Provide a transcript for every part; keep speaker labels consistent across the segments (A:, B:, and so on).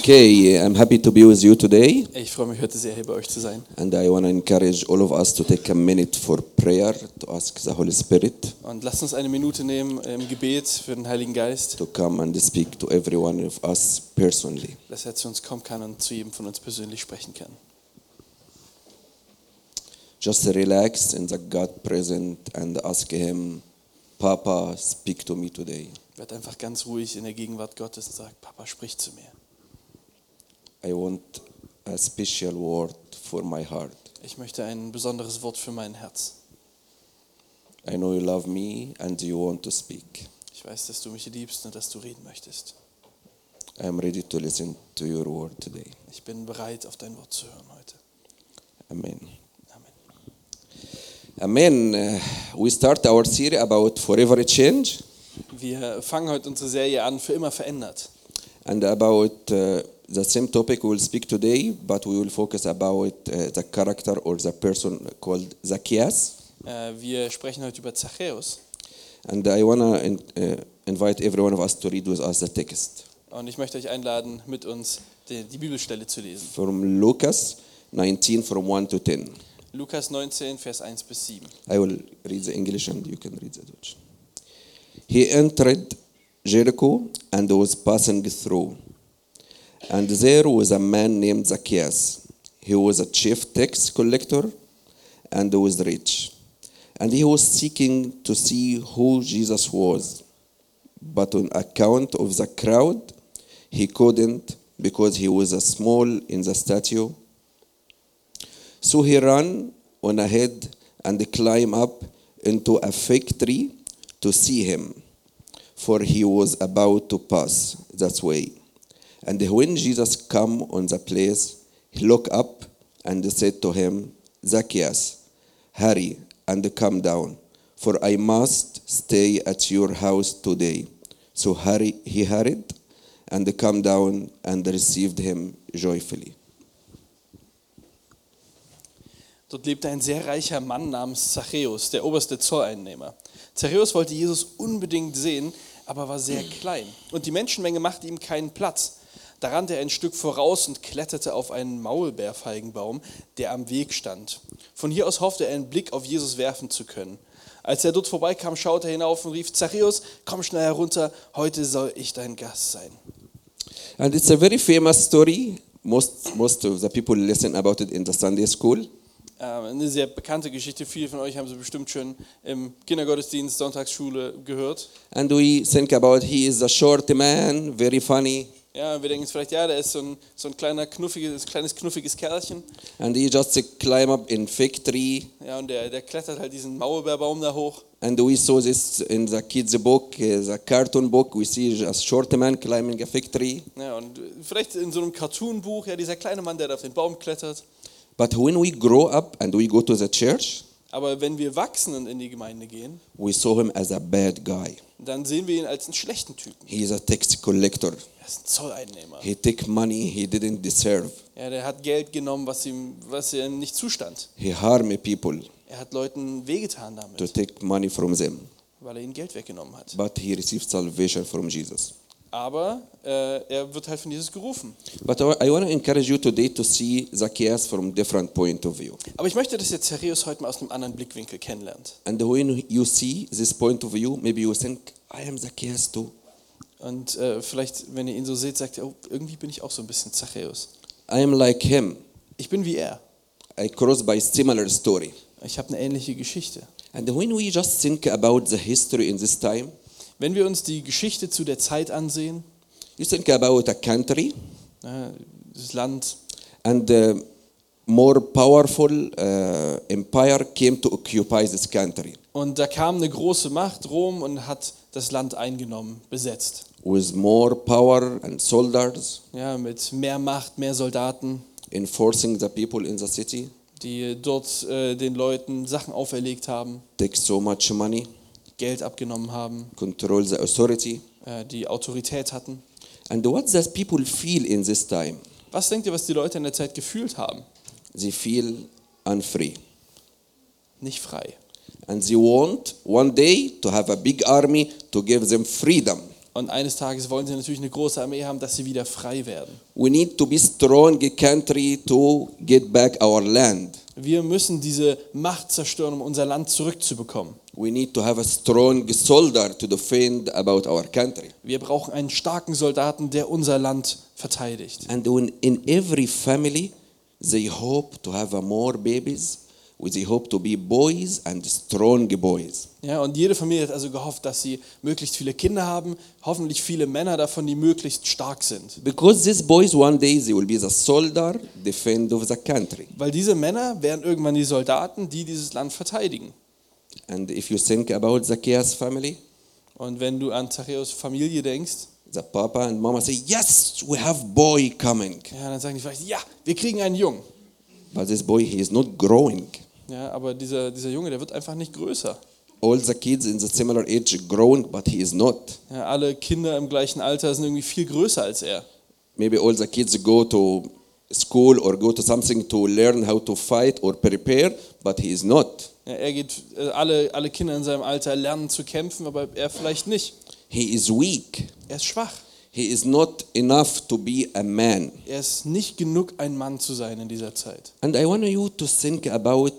A: Okay, I'm happy to be with you today,
B: Ich freue mich heute sehr, hier bei euch zu sein.
A: and I want to encourage all of us to take a minute for prayer, to ask the Holy Spirit
B: Und lasst uns eine Minute nehmen im Gebet für den Heiligen Geist,
A: to come and speak to every one of us personally.
B: dass er zu uns kommen kann und zu jedem von uns persönlich sprechen kann.
A: Just relax in the God present and ask Him, Papa, speak to me today.
B: Werd einfach ganz ruhig in der Gegenwart Gottes und sag, Papa, sprich zu mir.
A: I want a special word for my heart.
B: Ich möchte ein besonderes Wort für mein Herz.
A: I know you love me and you want to speak.
B: Ich weiß, dass du mich liebst und dass du reden möchtest.
A: I'm ready to listen to your word today.
B: Ich bin bereit, auf dein Wort zu hören heute.
A: Amen.
B: Amen.
A: Amen. Uh, we start our series about forever change
B: Wir fangen heute unsere Serie an, für immer verändert.
A: and about uh, the same topic we will speak today, but we will focus about uh, the character or the person called Zacchaeus.
B: Äh, Wir sprechen heute über Zachäus.
A: And I want to uh, invite every one of us to read with us the text
B: Und ich möchte euch einladen, mit uns die, die Bibelstelle zu lesen.
A: from Lucas 19, from 1 to 10.
B: Lukas 19, Vers 1 bis 7.
A: I will read the English and you can read the Dutch. He entered Jericho and was passing through. And there was a man named Zacchaeus. He was a chief tax collector and was rich. And he was seeking to see who Jesus was. But on account of the crowd, he couldn't because he was a small in the stature. So he ran on ahead and climbed up into a fig tree to see him, for he was about to pass that way. And when Jesus came on the place, he looked up and said to him, Zacchaeus, hurry and come down, for I must stay at your house today. So hurry, he hurried and came down and received him joyfully.
B: Dort lebte ein sehr reicher Mann namens Zachäus, der oberste Zolleinnehmer. Zachäus wollte Jesus unbedingt sehen, aber war sehr klein. Und die Menschenmenge machte ihm keinen Platz. Da rannte er ein Stück voraus und kletterte auf einen Maulbeerfeigenbaum, der am Weg stand. Von hier aus hoffte er, einen Blick auf Jesus werfen zu können. Als er dort vorbeikam, schaute er hinauf und rief: Zachäus, komm schnell herunter, heute soll ich dein Gast sein.
A: And it's a very famous story. Most, most of the people listen about it in the Sunday school.
B: Ähm, Eine sehr bekannte Geschichte. Viele von euch haben sie bestimmt schon im Kindergottesdienst, Sonntagsschule gehört.
A: And we think about he is a short man, very funny,
B: Ja, wir denken jetzt vielleicht, ja, der ist so ein, so ein kleiner, knuffiges, kleines, knuffiges Kerlchen.
A: and he just climb up in fig tree.
B: Ja, und der, der klettert halt diesen Mauerbeerbaum da hoch.
A: And we saw this in the kids' book, uh, the cartoon book. We see a short man climbing a fig tree.
B: Ja, und vielleicht in so einem Cartoon-Buch, ja, dieser kleine Mann, der da auf den Baum klettert.
A: But when we grow up and we go to the church,
B: Aber wenn wir wachsen und in die Gemeinde gehen,
A: we saw him as a bad guy.
B: dann sehen wir ihn als einen schlechten Typen.
A: He is a tax collector.
B: Er ist ein Zolleinnehmer.
A: He take money he didn't deserve.
B: Ja, der hat Geld genommen, was ihm, was ihm nicht zustand.
A: He harm people
B: Er hat Leuten wehgetan
A: to
B: damit,
A: take money from them.
B: weil er ihnen Geld weggenommen hat.
A: But he received salvation from Jesus.
B: Aber äh, er wird halt von Jesus gerufen.
A: But I want to encourage you today to see Zacchaeus from different point of view.
B: Aber ich möchte, dass ihr Zerreus heute mal aus einem anderen Blickwinkel kennenlernt.
A: And when you see this point of view, maybe you think, I am Zacchaeus too.
B: Und äh, vielleicht, wenn ihr ihn so seht, sagt ihr, oh, irgendwie bin ich auch so ein bisschen Zachäus.
A: I am like him.
B: Ich bin wie er.
A: I cross by similar story.
B: Ich habe eine ähnliche Geschichte.
A: And when we just think about the history in this time,
B: Wenn wir uns die Geschichte zu der Zeit ansehen,
A: you think about a country
B: äh, das Land,
A: and uh, more powerful uh, empire came to occupy this country
B: und da kam eine große Macht, Rom, und hat das Land eingenommen, besetzt.
A: with more power and soldiers
B: Ja, mit mehr Macht, mehr Soldaten,
A: enforcing the people in the city,
B: die dort äh, den Leuten Sachen auferlegt haben,
A: take so much money,
B: Geld abgenommen haben,
A: control the authority.
B: äh, die Autorität hatten.
A: And what does people feel in this time?
B: Was denkt ihr, was die Leute in der Zeit gefühlt haben?
A: They feel unfree.
B: Nicht frei.
A: And they want one day to have a big army to give them freedom.
B: Und eines Tages wollen sie natürlich eine große Armee haben, dass sie wieder frei werden.
A: We need to be strong country to get back our land.
B: Wir müssen diese Macht zerstören, um unser Land zurückzubekommen.
A: We need to have a strong soldier to defend about our country.
B: Wir brauchen einen starken Soldaten, der unser Land verteidigt.
A: And when in every family, they hope to have more babies. They hope to be boys and strong boys.
B: Ja, und jede Familie hat also gehofft, dass sie möglichst viele Kinder haben, hoffentlich viele Männer davon, die möglichst stark sind.
A: Because these boys, one day, they will be the soldier, defend of the country.
B: Weil diese Männer werden irgendwann die Soldaten, die dieses Land verteidigen.
A: And if you think about Zacchaeus family,
B: Und wenn du an Zachäus Familie denkst,
A: the papa and mama say, yes, we have boy coming.
B: ja, dann sagen die vielleicht, ja, wir kriegen einen Jungen.
A: But this boy, he is not growing.
B: Ja, aber dieser, dieser Junge, der wird einfach nicht größer.
A: All the kids in the similar age growing, but he is not.
B: Ja, alle Kinder im gleichen Alter sind irgendwie viel größer als er.
A: Maybe all the kids go to school or go to something to learn how to fight or prepare, but he is not.
B: Ja, er geht, äh, alle, alle Kinder in seinem Alter lernen zu kämpfen, aber er vielleicht nicht.
A: He is weak.
B: Er ist schwach.
A: He is not enough to be a man.
B: Er ist nicht genug, ein Mann zu sein in dieser Zeit.
A: And I want you to think about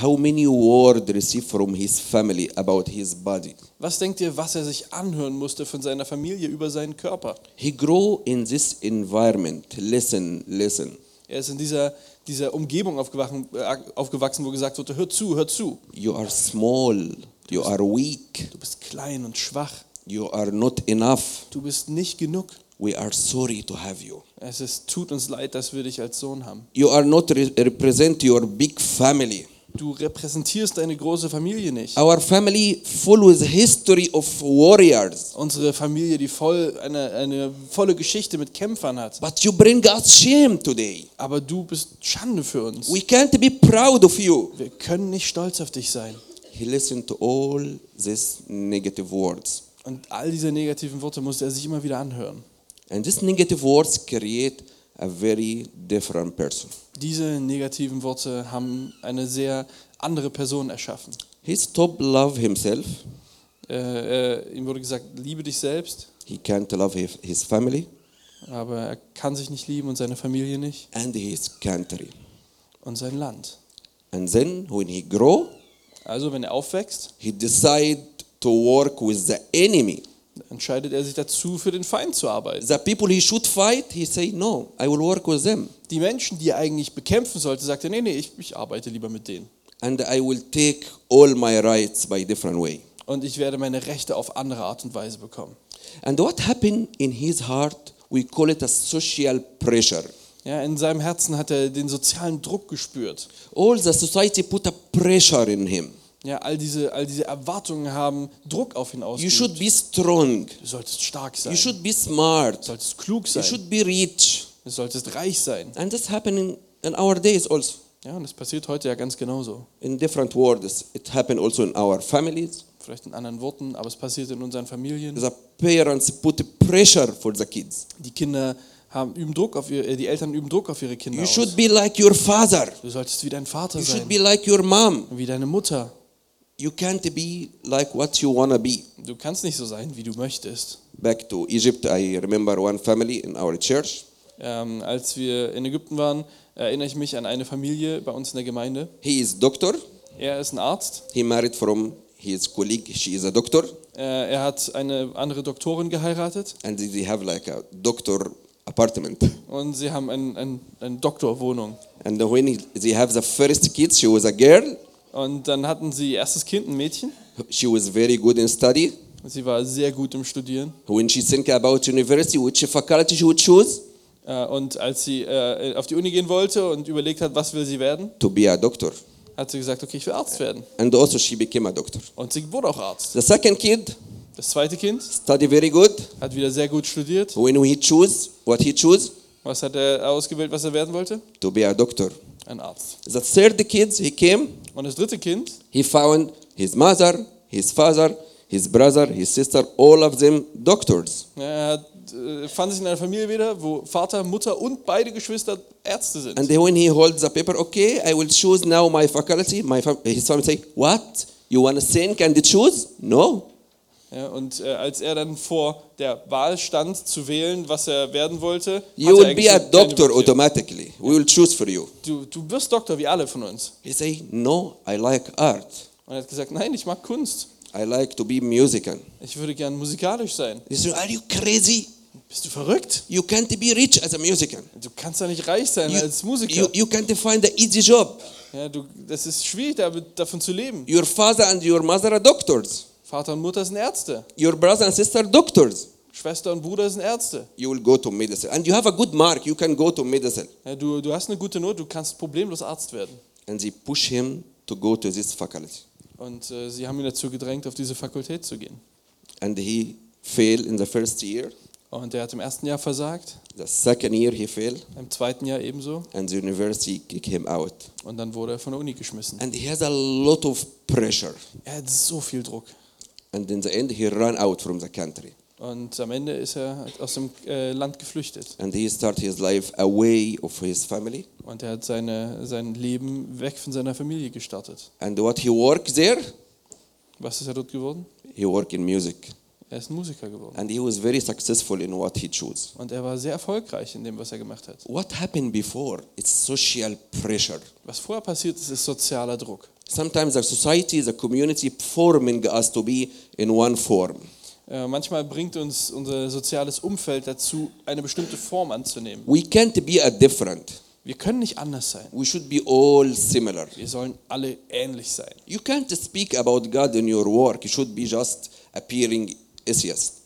A: how many words received from his family about his body.
B: Was denkt ihr, was er sich anhören musste von seiner Familie über seinen Körper?
A: He grew in this environment. Listen, listen.
B: Er ist in dieser, dieser Umgebung aufgewachsen, äh, aufgewachsen, wo gesagt wurde, hör zu, hör zu.
A: You are small. You are weak.
B: Du bist klein und schwach.
A: You are not enough.
B: Du bist nicht genug.
A: We are sorry to have you.
B: Es ist, tut uns leid, dass wir dich als Sohn haben.
A: You are not re- represent your big family.
B: Du repräsentierst deine große Familie nicht.
A: Our family full with history of warriors.
B: Unsere Familie, die voll eine, eine volle Geschichte mit Kämpfern hat.
A: But you bring us shame today.
B: Aber du bist Schande für uns.
A: We can't be proud of you.
B: Wir können nicht stolz auf dich sein.
A: He listened to all these negative words.
B: Und all diese negativen Worte musste er sich immer wieder anhören.
A: And these negative words create a very different person.
B: Diese negativen Worte haben eine sehr andere Person erschaffen.
A: He stopped love himself.
B: Äh, äh, ihm wurde gesagt, liebe dich selbst,
A: He can't love his his family
B: aber er kann sich nicht lieben und seine Familie nicht
A: and his country.
B: und sein Land.
A: And then when he grow,
B: Also wenn er aufwächst,
A: he decide to work with the enemy.
B: entscheidet er sich dazu, für den Feind zu arbeiten.
A: The people he should fight, he say, no, I will work with them.
B: Die Menschen, die er eigentlich bekämpfen sollte, sagt er, nee, nee, ich, ich arbeite lieber mit denen.
A: And I will take all my rights by different way.
B: Und ich werde meine Rechte auf andere Art und Weise bekommen.
A: And what happened in his heart, we call it a social pressure.
B: Ja, in seinem Herzen hat er den sozialen Druck gespürt.
A: All the society put a pressure in him.
B: Ja, all diese, all diese Erwartungen haben Druck auf ihn
A: You
B: ausgeübt.
A: should be strong.
B: Du solltest stark sein.
A: You
B: Du
A: should be smart.
B: solltest klug
A: You
B: sein.
A: should be rich.
B: Du solltest reich sein.
A: And that's happening in our days also.
B: Ja, und das passiert heute ja ganz genauso.
A: In different words, it happened also in our families.
B: Vielleicht in anderen Worten, aber es passiert in unseren Familien.
A: The parents put pressure for the kids.
B: Die Kinder haben üben Druck auf ihr, äh, die Eltern üben Druck auf ihre Kinder
A: You
B: aus.
A: should be like your father.
B: Du solltest wie dein Vater
A: You should
B: sein,
A: be like your mom.
B: wie deine Mutter.
A: You can't be like what you wanna be.
B: Du kannst nicht so sein, wie du möchtest.
A: Back to Egypt, I remember one family in our church.
B: Ähm, als wir in Ägypten waren, erinnere ich mich an eine Familie bei uns in der Gemeinde.
A: He is doctor.
B: Er ist ein Arzt.
A: He married from his colleague. She is a doctor,
B: Äh, er hat eine andere Doktorin geheiratet
A: and they have like a doctor apartment.
B: und sie haben ein, ein, eine Doktorwohnung.
A: And when he, they have the first kid, she was a girl.
B: Und dann hatten sie ihr erstes Kind, ein Mädchen.
A: She was very good in study.
B: Sie war sehr gut im Studieren.
A: When she think about university, which faculty she would choose
B: Äh, Und als sie äh, auf die Uni gehen wollte und überlegt hat, was will sie werden,
A: to be a doctor,
B: hat sie gesagt, okay, ich will Arzt werden.
A: and also she became a doctor.
B: Und sie wurde auch Arzt.
A: The second kid
B: Das zweite Kind
A: study very good.
B: hat wieder sehr gut studiert.
A: When he choose what he choose
B: Was hat er ausgewählt, was er werden wollte?
A: to be a doctor.
B: Ein Arzt.
A: The third kid, he came.
B: Und das dritte Kind
A: He found his mother, his father, his brother, his sister, all of them doctors.
B: Ja, Er hat, äh, fand sich in einer Familie wieder, wo Vater, Mutter und beide Geschwister Ärzte sind.
A: And then when he holds the paper, okay, I will choose now my faculty. My fam- his family say, what? You want to think and choose? No.
B: Ja, und äh, als er dann vor der Wahl stand, zu wählen, was er werden wollte, hat
A: You
B: er
A: will be a
B: gesagt,
A: doctor
B: keine Möglichkeit.
A: automatically. We will choose for you.
B: du, du wirst Doktor wie alle von uns.
A: He say, no, I like art.
B: Und er hat gesagt, nein, ich mag Kunst.
A: I like to be musician.
B: Ich würde gern musikalisch sein.
A: He say, are you crazy?
B: Bist du verrückt?
A: You can't be rich as a musician.
B: Du kannst ja nicht reich sein
A: You,
B: als Musiker.
A: you, you can't find an easy job.
B: ja, du, das ist schwierig, damit, davon zu leben.
A: Your father and your mother are doctors.
B: Vater und Mutter sind Ärzte.
A: Your brother and sister are doctors.
B: Schwester und Bruder sind Ärzte.
A: You will go to medicine. And you have a good mark, you can go to medicine.
B: Ja, du, du hast eine gute Not, du kannst problemlos Arzt werden.
A: And they push him to go to this faculty.
B: Und äh, sie haben ihn dazu gedrängt, auf diese Fakultät zu gehen.
A: And he failed in the first year.
B: Und er hat im ersten Jahr versagt,
A: The second year he failed.
B: im zweiten Jahr ebenso.
A: And the university kicked him out.
B: Und dann wurde er von der Uni geschmissen.
A: And he has a lot of pressure.
B: Er hat so viel Druck.
A: And in the end, he ran out from the country.
B: Und am Ende ist er aus dem äh, Land geflüchtet.
A: And he started his life away of his family.
B: Und er hat seine, sein Leben weg von seiner Familie gestartet.
A: And what he worked there,
B: Was ist er dort geworden?
A: he worked in music.
B: Er ist ein Musiker geworden.
A: And he was very successful in what he chose.
B: Und er war sehr erfolgreich in dem, was er gemacht hat.
A: What happened before? It's social pressure.
B: Was vorher passiert ist, ist sozialer Druck.
A: Sometimes the society, the community forming us to be in one form.
B: Äh, manchmal bringt uns unser soziales Umfeld dazu, eine bestimmte Form anzunehmen.
A: We can't be a different.
B: Wir können nicht anders sein.
A: We should be all similar.
B: Wir sollen alle ähnlich sein.
A: You can't speak about God in your work. You should be just appearing atheist.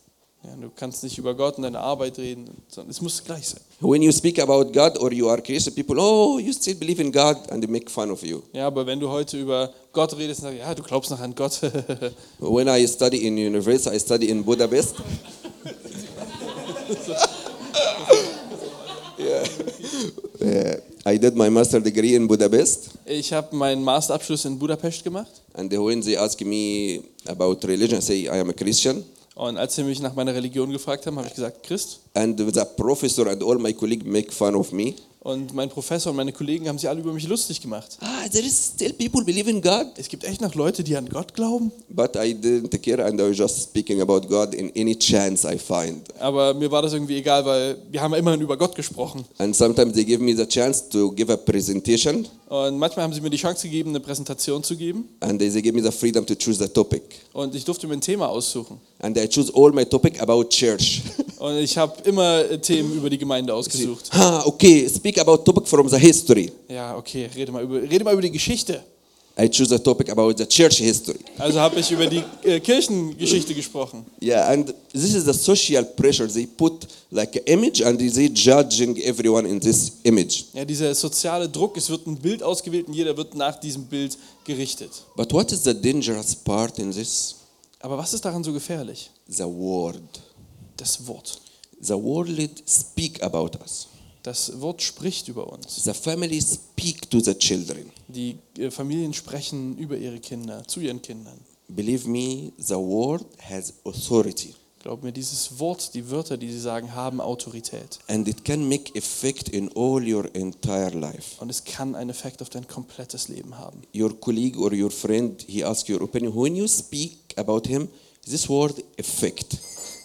B: Ja, du kannst nicht über Gott und deine Arbeit reden, sondern es muss gleich sein.
A: When you speak about God or you are Christian, people, oh, you still believe in God and they make fun of you.
B: Ja, aber wenn du heute über Gott redest und sagst, ja, du glaubst noch an Gott,
A: When I study in university, I study in Budapest. yeah. Yeah. I did my master degree in Budapest,
B: ich habe meinen Masterabschluss in Budapest gemacht
A: and when they ask me about religion, I say I am a Christian.
B: und als sie mich nach meiner Religion gefragt haben, habe ich gesagt, Christ.
A: And the professor and all my colleagues make fun of me.
B: Und mein Professor und meine Kollegen haben sich alle über mich lustig gemacht.
A: Ah, there is still people believe in God,
B: Es gibt echt noch Leute, die an Gott glauben,
A: but I didn't care, and I was just speaking about God in any chance I find.
B: aber mir war das irgendwie egal, weil wir haben immerhin über Gott gesprochen.
A: And sometimes they give me the chance to give a presentation,
B: Und manchmal haben sie mir die Chance gegeben, eine Präsentation zu geben
A: and they give me the freedom to choose the topic.
B: und ich durfte mir ein Thema aussuchen.
A: And I choose all my topic about church.
B: Und ich habe immer äh, Themen über die Gemeinde ausgesucht.
A: ah, okay, speak about topic from the history.
B: Ja, okay, rede mal über, rede mal über die Geschichte.
A: I choose a topic about the church history.
B: Also habe ich über die äh, Kirchengeschichte gesprochen.
A: Yeah, and this is the social pressure they put like an image, and they judging everyone in this image.
B: Ja, dieser soziale Druck, es wird ein Bild ausgewählt und jeder wird nach diesem Bild gerichtet.
A: But what is the dangerous part in this?
B: Aber was ist daran so gefährlich?
A: The word.
B: Das Wort.
A: The world speak about us.
B: Das Wort spricht über uns.
A: The family speak to the children.
B: Die äh, Familien sprechen über ihre Kinder, zu ihren Kindern.
A: Believe me, the word has authority
B: Glaub mir, dieses Wort, die Wörter, die sie sagen, haben Autorität.
A: and it can make effect in all your entire life.
B: Und es kann einen Effekt auf dein komplettes Leben haben.
A: Your colleague or your friend, he asks your opinion. When you speak about him, this word effect.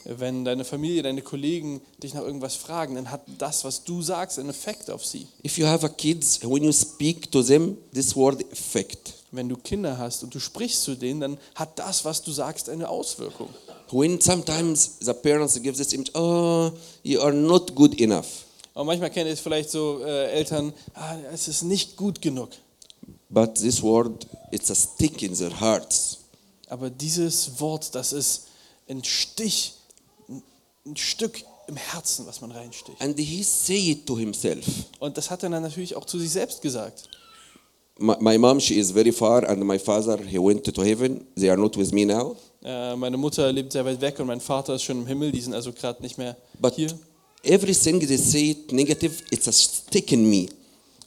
B: Wenn deine Familie, deine Kollegen dich nach irgendwas fragen, dann hat das, was du sagst, einen Effekt auf sie.
A: If you have a kids, when you speak to them, this word effect.
B: Wenn du Kinder hast und du sprichst zu denen, dann hat das, was du sagst, eine Auswirkung.
A: When sometimes the parents give this image, oh, you are not good enough.
B: Aber manchmal kennen es vielleicht so äh, Eltern, ah, es ist nicht gut genug.
A: But this word, it's a stick in their hearts.
B: Aber dieses Wort, das ist ein Stich, ein- ein Stück im Herzen, was man reinsticht.
A: And he say it to himself.
B: Und das hat er dann natürlich auch zu sich selbst gesagt.
A: My, my mom, she is very far, and my father, he went to heaven. They are not with me now.
B: Äh, meine Mutter lebt sehr weit weg und mein Vater ist schon im Himmel, die sind also gerade nicht mehr
A: But
B: hier.
A: everything they say it negative, it's a stick in me.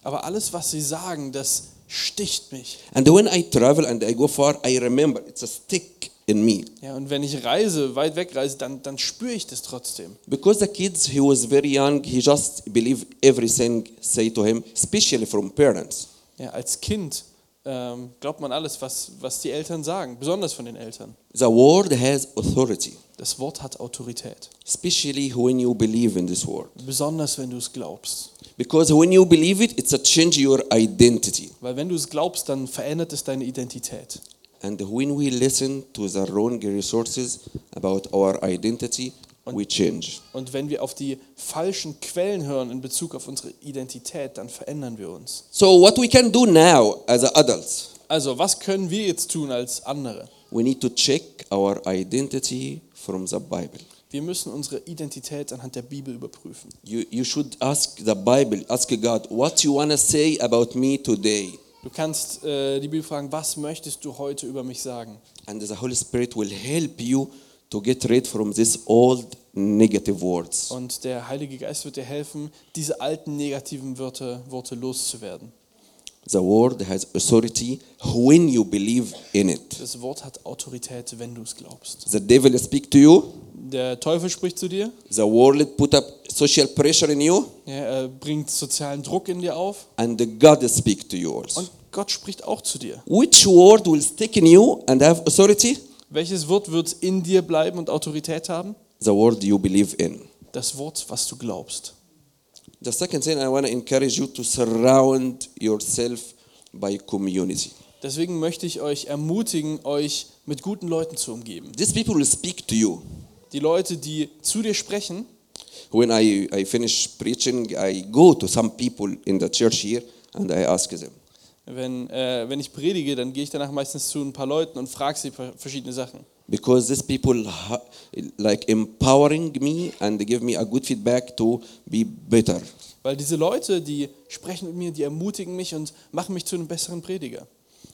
B: Aber alles, was sie sagen, das sticht mich.
A: And when I travel and I go far, I remember it's a stick in me.
B: Ja, und wenn ich reise, weit wegreise, dann, dann spüre ich das trotzdem.
A: Because the kids, he was very young, he just believed everything say to him, especially from parents.
B: Ja, als Kind ähm, glaubt man alles, was, was die Eltern sagen, besonders von den Eltern.
A: The word has authority,
B: Das Wort hat Autorität,
A: especially when you believe in this word.
B: besonders wenn du es glaubst.
A: Because when you believe it, it's a change your identity.
B: Weil wenn du es glaubst, dann verändert es deine Identität.
A: And when we listen to the wrong resources about our identity, we change.
B: Und wenn wir auf die falschen Quellen hören in Bezug auf unsere Identität, dann verändern wir uns.
A: So what we can do now as adults,
B: Also, was können wir jetzt tun als andere?
A: we need to check our identity from the Bible.
B: Wir müssen unsere Identität anhand der Bibel überprüfen.
A: You, you should ask the Bible, ask God, what you want to say about me today?
B: Du kannst äh, die Bibel fragen, was möchtest du heute über mich sagen?
A: And the Holy Spirit will help you to get rid from these old negative words.
B: Und der Heilige Geist wird dir helfen, diese alten negativen Wörter, Worte loszuwerden.
A: The word has authority when you believe in it.
B: Das Wort hat Autorität, wenn du es glaubst.
A: The devil speak to you,
B: Der Teufel spricht zu dir,
A: the world put up social pressure in you,
B: ja, er bringt sozialen Druck in dir auf
A: and God speak to you also.
B: und Gott spricht auch zu dir.
A: Which word will stick in you and have authority?
B: Welches Wort wird in dir bleiben und Autorität haben?
A: The word you believe in.
B: Das Wort, was du glaubst.
A: The second thing I want to encourage you to surround yourself by community.
B: Deswegen möchte ich euch ermutigen, euch mit guten Leuten zu umgeben.
A: These people will speak to you.
B: Die Leute, die zu dir sprechen,
A: When I, I finish preaching, I go to some people in the church here and I ask them,
B: wenn, äh, wenn ich predige, dann gehe ich danach meistens zu ein paar Leuten und frage sie ver- verschiedene Sachen.
A: because these people ha- like empowering me and they give me a good feedback to be better.
B: Weil diese Leute, die sprechen mit mir, die ermutigen mich und machen mich zu einem besseren Prediger.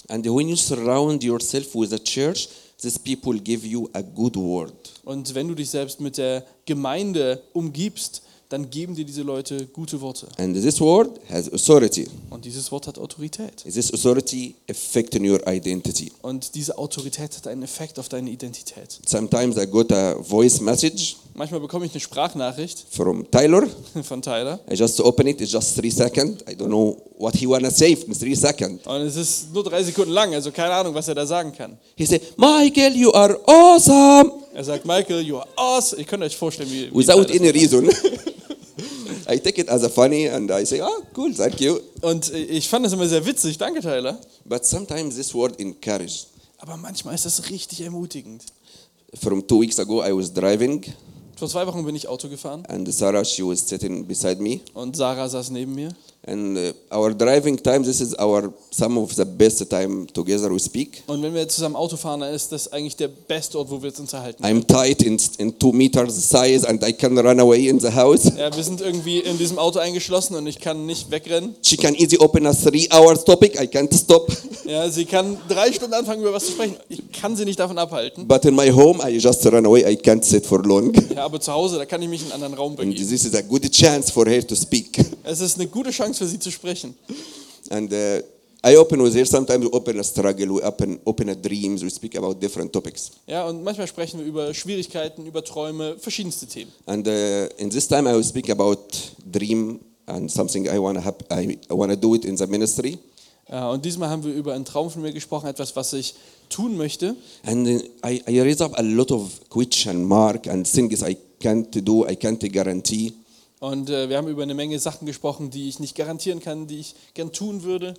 A: And when you surround yourself with a church, these people give you a good word.
B: Und wenn du dich selbst mit der Gemeinde umgibst, dann geben dir diese Leute gute Worte.
A: And this word has authority.
B: Und dieses Wort hat Autorität.
A: Is this authority affecting your identity?
B: Und diese Autorität hat einen Effekt auf deine Identität.
A: Sometimes I got a voice message
B: Manchmal bekomme ich eine Sprachnachricht
A: from Tyler.
B: von Tyler
A: I just open it. It's just three seconds. I don't know what he wanna say in three seconds.
B: und es ist nur drei Sekunden lang, also keine Ahnung, was er da sagen kann.
A: He said, "Michael, you are awesome,"
B: Er sagt, Michael, you are awesome. Ihr könnt euch vorstellen, wie... wie
A: without
B: Tyler-
A: any reason. I take it as a funny, and I say, "Ah, cool, thank you."
B: und äh, ich fand das immer sehr witzig. Danke, Tyler.
A: But sometimes this word encourage.
B: Aber manchmal ist das richtig ermutigend.
A: From two weeks ago, I was driving,
B: Vor zwei Wochen bin ich Auto gefahren
A: and Sarah, she was sitting beside me.
B: und Sarah saß neben mir.
A: And uh, our driving time, this is our some of the best time together we speak.
B: Und wenn wir zusammen Auto fahren, dann ist das eigentlich der beste Ort, wo wir uns unterhalten.
A: I'm tight in, in two meters size and I can run away in the house.
B: Ja, wir sind irgendwie in diesem Auto eingeschlossen und ich kann nicht wegrennen.
A: She can easily open a three hours topic. I can't stop.
B: Ja, sie kann drei Stunden anfangen, über was zu sprechen. Ich kann sie nicht davon abhalten.
A: But in my home, I just run away. I can't sit for long.
B: Ja, aber zu Hause, da kann ich mich in einen anderen Raum
A: And
B: begeben.
A: this is a good chance for her to speak.
B: Es ist eine gute Chance für sie zu sprechen.
A: And uh, I open with her. Sometimes we open a struggle. We open, open a dreams. We speak about different topics.
B: Ja, und manchmal sprechen wir über Schwierigkeiten, über Träume, verschiedenste Themen.
A: And uh, in this time, I will speak about dream and something I want to hap- I want to do it in the ministry.
B: Ja, Äh, und diesmal haben wir über einen Traum von mir gesprochen, etwas, was ich tun möchte.
A: And then I, I raise up a lot of question mark and things I can't do, I can't guarantee.
B: Und äh, wir haben über eine Menge Sachen gesprochen, die ich nicht garantieren kann, die ich gern tun würde.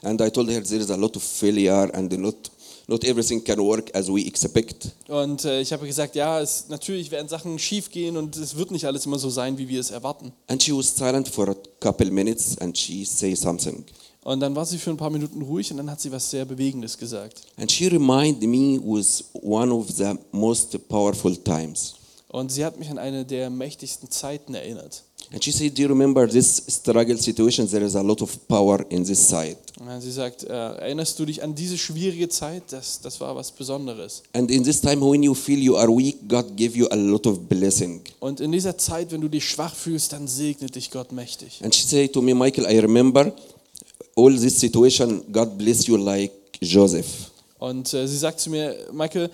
A: And I told her there is a lot of failure and not, not everything can work as we expect.
B: Und äh, ich habe gesagt, ja, es, natürlich werden Sachen schief gehen und es wird nicht alles immer so sein, wie wir es erwarten.
A: And she was silent for a couple minutes and she say something.
B: Und dann war sie für ein paar Minuten ruhig und dann hat sie was sehr Bewegendes gesagt.
A: And she reminded me was one of the most powerful times.
B: Und sie hat mich an eine der mächtigsten Zeiten erinnert.
A: And she said, do you remember this struggle situation? There is a lot of power in this side.
B: Und dann sie sagt, äh, erinnerst du dich an diese schwierige Zeit? Das, das war was Besonderes.
A: And in this time when you feel you are weak, God give you a lot of blessing.
B: Und in dieser Zeit, wenn du dich schwach fühlst, dann segnet dich Gott mächtig.
A: And she said to me, Michael, I remember all this situation. God bless you like Joseph.
B: Und äh, sie sagt zu mir, Michael,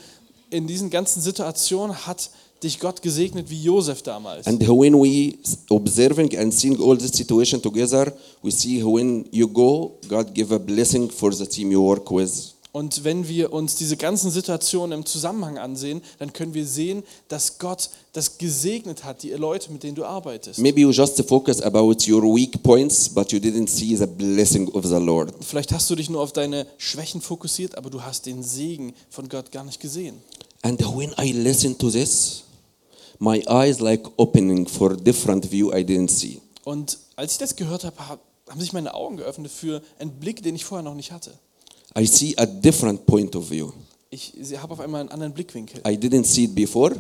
B: in diesen ganzen Situationen hat dich Gott gesegnet wie Josef damals.
A: And when we observing and seeing all this situation together, we see when you go, God give a blessing for the team you work with.
B: Und wenn wir uns diese ganzen Situationen im Zusammenhang ansehen, dann können wir sehen, dass Gott das gesegnet hat, die Leute, mit denen du arbeitest.
A: Maybe you just focus about your weak points, but you didn't see the blessing of the Lord.
B: Vielleicht hast du dich nur auf deine Schwächen fokussiert, aber du hast den Segen von Gott gar nicht gesehen.
A: And when I listen to this, my eyes like opening for different view I didn't see.
B: Und als ich das gehört habe, hab- haben sich meine Augen geöffnet für einen Blick, den ich vorher noch nicht hatte.
A: I see a different point of view.
B: Ich habe auf einmal einen anderen Blickwinkel.
A: I didn't see it before.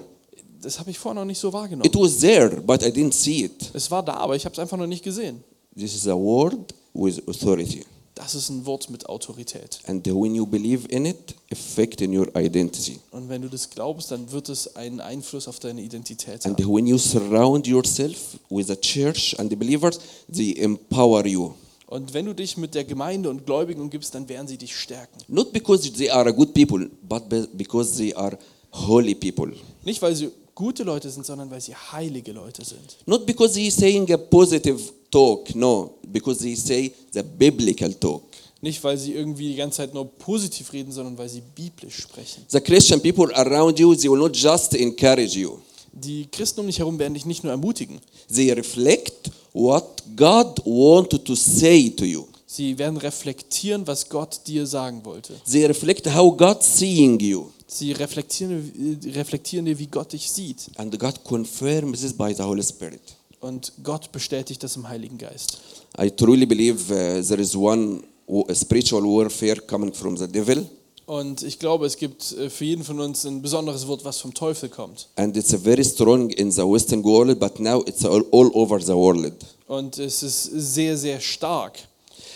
B: Das habe ich vorher noch nicht so
A: It
B: wahrgenommen.
A: was there, but I didn't see it.
B: Es war da, aber ich habe es einfach noch nicht gesehen.
A: This is a word with authority.
B: Das ist ein Wort mit Autorität.
A: And when you believe in it, affect in your identity.
B: Und wenn du das glaubst, dann wird es einen Einfluss auf deine Identität
A: And
B: haben.
A: when you surround yourself with a church and the believers, they empower you.
B: Und wenn du dich mit der Gemeinde und Gläubigen umgibst, dann werden sie dich stärken.
A: Not because they are a good people, but be- because they are holy people.
B: Nicht, weil sie gute Leute sind, sondern weil sie heilige Leute sind.
A: Not because he's saying a positive talk, no, because he say the biblical talk.
B: Nicht, weil sie irgendwie die ganze Zeit nur positiv reden, sondern weil sie biblisch sprechen.
A: The Christian people around you, they will not just encourage you.
B: Die Christen um dich herum werden dich nicht nur ermutigen,
A: They reflect what God wanted to say to you.
B: sie werden reflektieren, was Gott dir sagen wollte.
A: They reflect how God seeing you.
B: Sie reflektieren, äh, reflektieren dir, wie Gott dich sieht.
A: And God confirms this by the Holy Spirit.
B: Und Gott bestätigt das im Heiligen Geist.
A: I truly believe uh, there is one wo- spiritual warfare coming from the devil,
B: Und ich glaube, es gibt äh, für jeden von uns ein besonderes Wort, was vom Teufel kommt.
A: and it's very strong in the Western world, but now it's all, all over the world.
B: Und es ist sehr, sehr stark.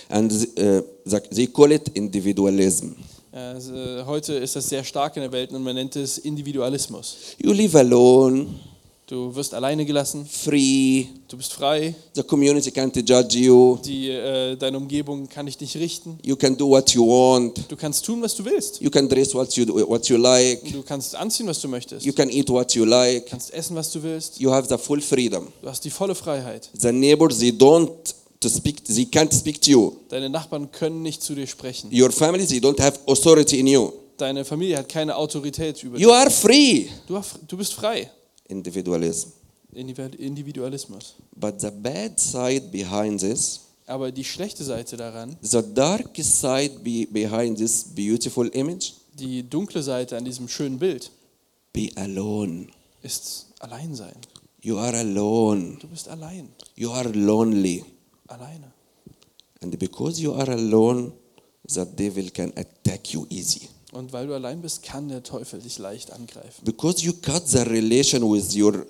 A: And uh, the- they call it individualism.
B: Also, heute ist das sehr stark in der Welt und man nennt es Individualismus.
A: You live alone,
B: Du wirst alleine gelassen,
A: free,
B: du bist frei,
A: the community can't judge you,
B: die, äh, deine Umgebung kann dich nicht richten.
A: you can do what you want,
B: Du kannst tun, was du willst.
A: you can dress what you, what you like,
B: Du kannst anziehen, was du möchtest.
A: you
B: Du
A: can eat what you like,
B: kannst essen, was du willst.
A: you have the full freedom.
B: Du hast die volle Freiheit.
A: The neighbors, they don't to speak, they can't speak to you.
B: Deine Nachbarn können nicht zu dir sprechen.
A: Your family, they don't have authority in you.
B: Deine Familie hat keine Autorität über dich.
A: You are free.
B: Du, hast- du bist frei.
A: Individualism.
B: Individu- Individualismus.
A: But the bad side behind this,
B: Aber die schlechte Seite daran,
A: the dark side be, behind this beautiful image,
B: die dunkle Seite an diesem schönen Bild,
A: be alone.
B: ist Alleinsein.
A: You are alone.
B: Du bist allein.
A: You are lonely.
B: Alleine.
A: And because you are alone, the devil can attack you easy.
B: Und weil du allein bist, kann der Teufel dich leicht angreifen.
A: Because you cut the relation with your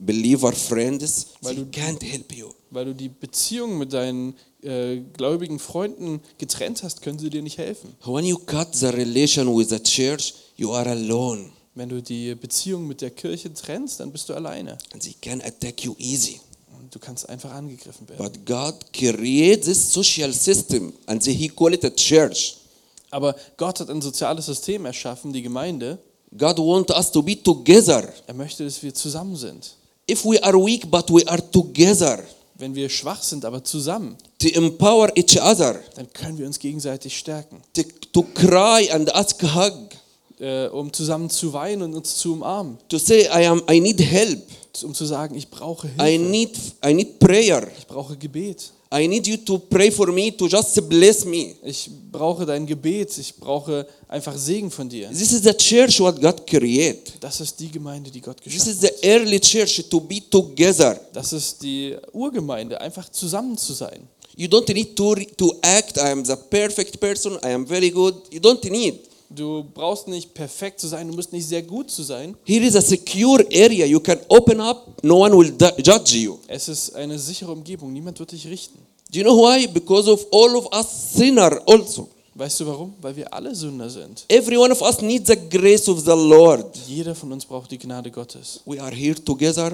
A: believer friends,
B: Weil
A: they
B: du-
A: can't help you.
B: Weil du die Beziehung mit deinen äh, gläubigen Freunden getrennt hast, können sie dir nicht helfen.
A: When you cut the relation with the church, you are alone.
B: Wenn du die Beziehung mit der Kirche trennst, dann bist du alleine.
A: And they can attack you easy.
B: Und du kannst einfach angegriffen werden.
A: But God creates this social system and He called it a church.
B: Aber Gott hat ein soziales System erschaffen, die Gemeinde.
A: God wants us to be together.
B: Er möchte, dass wir zusammen sind.
A: If we are weak, but we are together
B: Wenn wir schwach sind, aber zusammen,
A: to empower each other,
B: dann können wir uns gegenseitig stärken,
A: to, to cry and ask hug,
B: äh, um zusammen zu weinen und uns zu umarmen,
A: to say I am I need help,
B: um zu sagen, ich brauche Hilfe.
A: I need I need prayer,
B: Ich brauche Gebet.
A: I need you to pray for me to just bless me.
B: Ich brauche dein Gebet. Ich brauche einfach Segen von dir.
A: This is the church what God created.
B: Das ist die Gemeinde, die Gott
A: This
B: geschaffen
A: is the early church to be together.
B: hat. Das ist die Urgemeinde, einfach zusammen zu sein.
A: You don't need to, re- to act, I am the perfect person, I am very good. You don't need.
B: Du brauchst nicht perfekt zu sein, du musst nicht sehr gut zu sein.
A: Here is a secure area you can open up, no one will du- judge you.
B: Es ist eine sichere Umgebung, niemand wird dich richten.
A: Do you know why? Because of all of us sinner also.
B: Weißt du warum? Weil wir alle Sünder sind.
A: Every one of us needs the grace of the Lord.
B: Jeder von uns braucht die Gnade Gottes.
A: We are here together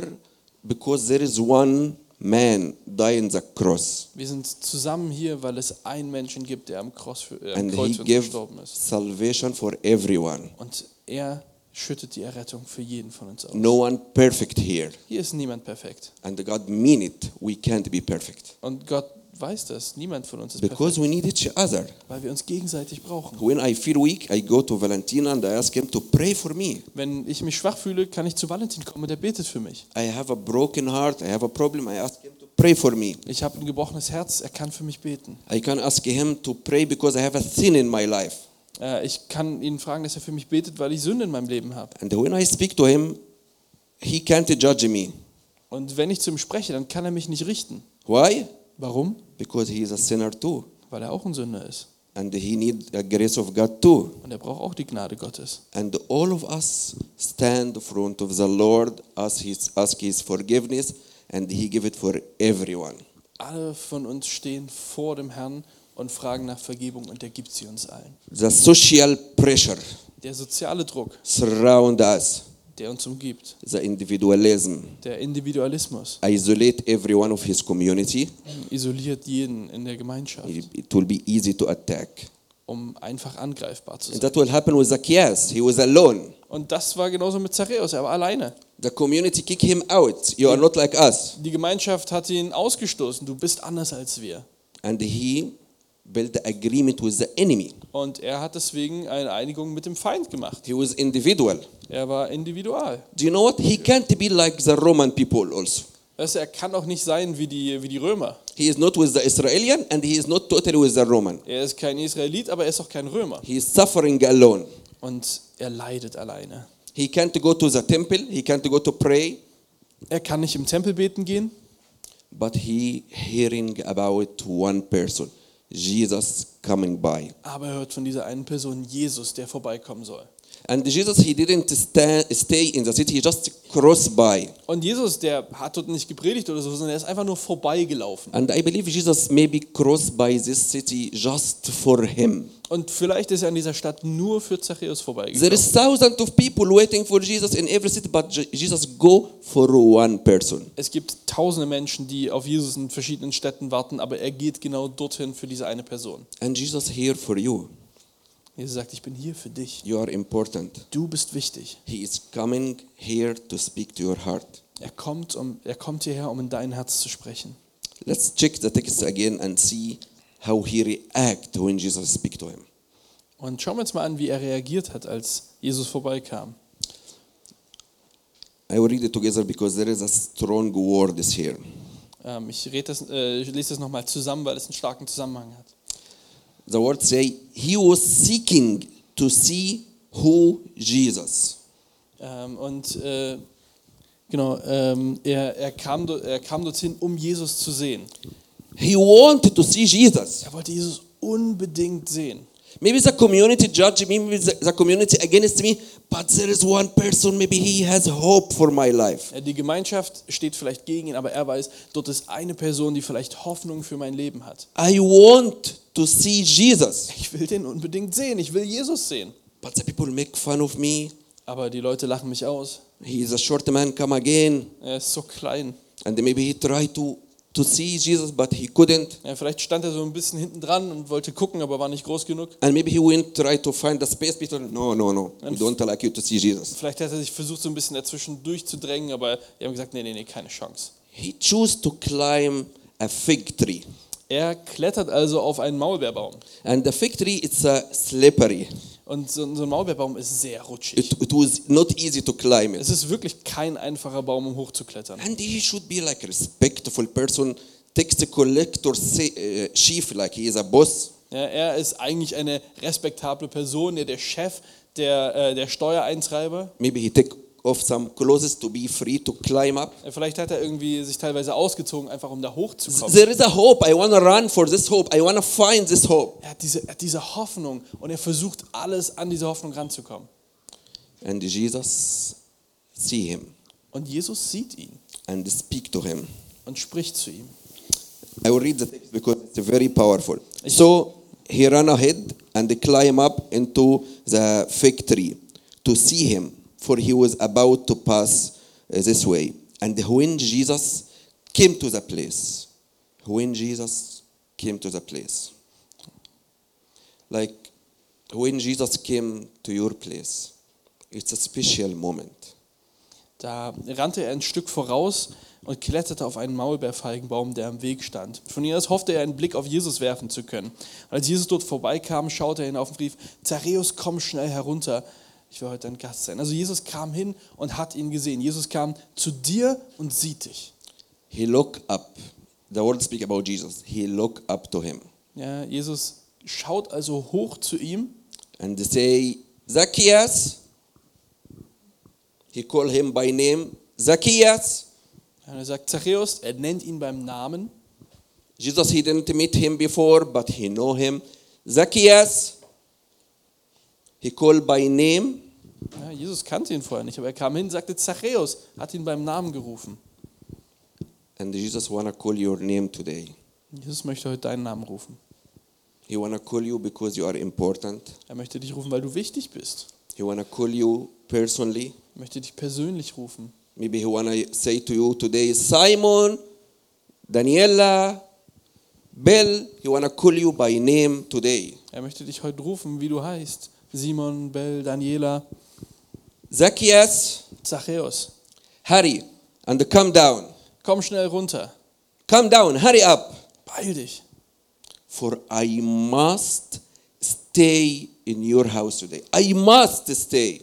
A: because there is one man dying the cross
B: Wir sind zusammen hier, weil es einen Menschen gibt, der am, Kreuz für, äh, am
A: and
B: Kreuz
A: he
B: für uns
A: gave
B: gestorben ist.
A: salvation for everyone.
B: Und er schüttet die Errettung für jeden von uns aus.
A: No one perfect here.
B: Hier ist niemand perfekt.
A: And God mean it. We can't be perfect.
B: Und Gott weiß das. Niemand von uns ist
A: Because we need each other.
B: perfekt, weil wir uns gegenseitig brauchen.
A: When I feel weak, I go to Valentina and I ask him to pray for me.
B: Wenn ich mich schwach fühle, kann ich zu Valentin kommen und er betet für mich.
A: I have a broken heart. I have a problem. I ask him to pray for me.
B: Ich habe ein gebrochenes Herz, er kann für mich beten.
A: I can ask him to pray because I have a sin in my life.
B: Äh, Ich kann ihn fragen, dass er für mich betet, weil ich Sünde in meinem Leben habe.
A: And when I speak to him, he can't judge me.
B: Und wenn ich zu ihm spreche, dann kann er mich nicht richten.
A: Why?
B: Warum?
A: Because he is a sinner too.
B: Weil er auch ein Sünder ist.
A: And he needs the grace of God too.
B: Und er braucht auch die Gnade Gottes.
A: And all of us stand in front of the Lord, ask his, ask his forgiveness, and he give it for everyone.
B: Alle von uns stehen vor dem Herrn und fragen nach Vergebung und er gibt sie uns allen.
A: The social pressure
B: Der soziale Druck,
A: surround us,
B: der uns umgibt,
A: the individualism,
B: der Individualismus,
A: isolate everyone of his community.
B: isoliert jeden in der Gemeinschaft,
A: It, it will be easy to attack.
B: um einfach angreifbar zu
A: And
B: sein.
A: that will happen with Zacchaeus. He was alone.
B: Und das war genauso mit Zachäus, er war alleine.
A: The community kick him out. You are not like us.
B: Die Gemeinschaft hat ihn ausgestoßen, du bist anders als wir.
A: And he built agreement with the enemy.
B: Und er hat deswegen eine Einigung mit dem Feind gemacht.
A: He was individual.
B: Er war individual.
A: Do you know what? He can't be like the Roman people also.
B: Weißt du, er kann auch nicht sein wie die, wie die Römer.
A: He is not with the Israelian and he is not totally with the Roman.
B: Er ist kein Israelit, aber er ist auch kein Römer.
A: He is suffering alone.
B: Und er leidet alleine.
A: He can't go to the temple. He can't go to pray.
B: Er kann nicht im Tempel beten gehen,
A: But he hearing about one person, Jesus coming by.
B: aber er hört von dieser einen Person, Jesus, der vorbeikommen soll.
A: And Jesus, he didn't sta- stay in the city. He just crossed by.
B: Und Jesus, der hat dort nicht gepredigt oder so, sondern er ist einfach nur vorbeigelaufen.
A: And I believe Jesus maybe crossed by this city just for him.
B: Und vielleicht ist er an dieser Stadt nur für Zachäus
A: There
B: vorbeigegangen.
A: is thousands of people waiting for Jesus in every city, but Je- Jesus go for one person.
B: Es gibt tausende Menschen, die auf Jesus in verschiedenen Städten warten, aber er geht genau dorthin für diese eine Person.
A: And Jesus here for you.
B: Jesus sagt, ich bin hier für dich.
A: You are important.
B: Du bist wichtig.
A: He is coming here to speak to your heart.
B: Er kommt, um, er kommt hierher, um in dein Herz zu sprechen.
A: Let's check the text again and see how he react when Jesus speak to him.
B: Und schauen wir uns mal an, wie er reagiert hat, als Jesus vorbeikam.
A: I will read it together because there is a strong word is here.
B: Ähm, ich, red das, äh, ich lese das nochmal zusammen, weil es einen starken Zusammenhang hat.
A: The word say he was seeking to see who Jesus.
B: Ähm, und äh, genau, ähm, er, er, kam, do- er kam dorthin, um Jesus zu sehen.
A: He wanted to see Jesus.
B: Er wollte Jesus unbedingt sehen.
A: Maybe the community judge me, maybe the, the community against me, but there is one person, maybe he has hope for my life.
B: Äh, Die Gemeinschaft steht vielleicht gegen ihn, aber er weiß, dort ist eine Person, die vielleicht Hoffnung für mein Leben hat.
A: I want to see Jesus.
B: Ich will den unbedingt sehen, ich will Jesus sehen.
A: But the people make fun of me.
B: Aber die Leute lachen mich aus.
A: He is a short man, come again.
B: Er ist so klein.
A: And maybe he tried to, to see Jesus, but he couldn't.
B: Ja, vielleicht stand er so ein bisschen hinten dran und wollte gucken, aber war nicht groß genug.
A: And maybe he went try to find the space between. No, no, no. We
B: And-
A: don't like you to see Jesus.
B: Vielleicht hat er sich versucht, so ein bisschen dazwischen durchzudrängen, aber die haben gesagt, nee, nee, nee, keine Chance.
A: He chose to climb a fig tree.
B: Er klettert also auf einen Maulbeerbaum.
A: And the fig tree, it's uh, slippery.
B: Und so, so ein Maulbeerbaum ist sehr rutschig.
A: It, it was not easy to climb it.
B: Es ist wirklich kein einfacher Baum, um hochzuklettern.
A: And he should be like a respectful person, tax collector, say, uh, chief, like he is a boss.
B: Ja, er ist eigentlich eine respektable Person, der, der Chef, der, äh, der Steuereintreiber.
A: Maybe he take off some clothes to be free to climb up.
B: Ja, Vielleicht hat er irgendwie sich teilweise ausgezogen, einfach um da hochzukommen.
A: There is a hope. I want to run for this hope. I want to find this hope.
B: Er hat, diese, er hat diese Hoffnung und er versucht alles an diese Hoffnung ranzukommen.
A: And Jesus see him
B: Und Jesus sieht ihn
A: and speak to him.
B: und spricht zu ihm.
A: I will read the text because it's very powerful. So he ran ahead and climbed up into the fig tree to see him, for he was about to pass uh, this way. And when Jesus came to the place, when Jesus came to the place, like when Jesus came to your place It's a special moment.
B: Da rannte er ein Stück voraus und kletterte auf einen Maulbeerfeigenbaum, der am Weg stand. Von hier aus hoffte er, einen Blick auf Jesus werfen zu können. Und als Jesus dort vorbeikam, schaute er hinauf und rief: Zareus, komm schnell herunter. Ich will heute ein Gast sein. Also, Jesus kam hin und hat ihn gesehen. Jesus kam zu dir und sieht dich.
A: He looked up. The word speak about Jesus. He looked up to him
B: Ja, Jesus schaut also hoch zu ihm
A: and say, Zacchaeus. He called him by name, Zacchaeus.
B: und er sagt: Zareus, er nennt ihn beim Namen.
A: Jesus, he didn't meet him before, but he know him. Zacchaeus. He called by name.
B: Ja, Jesus kannte ihn vorher nicht, aber er kam hin, sagte Zachäus, hat ihn beim Namen gerufen.
A: And Jesus wanna call your name today.
B: Jesus möchte heute deinen Namen rufen.
A: He wanna call you because you are important.
B: Er möchte dich rufen, weil du wichtig bist.
A: He wanna call you personally.
B: Er möchte dich persönlich rufen.
A: Maybe he wanna say to you today, Simon, Daniela, Bill. He wanna call you by name today.
B: Er möchte dich heute rufen, wie du heißt. Simon, Bell, Daniela,
A: Zacchaeus,
B: Zachäus.
A: hurry and come down.
B: Komm schnell runter.
A: Come down, hurry up.
B: Beeil dich.
A: For I must stay in your house today. I must stay.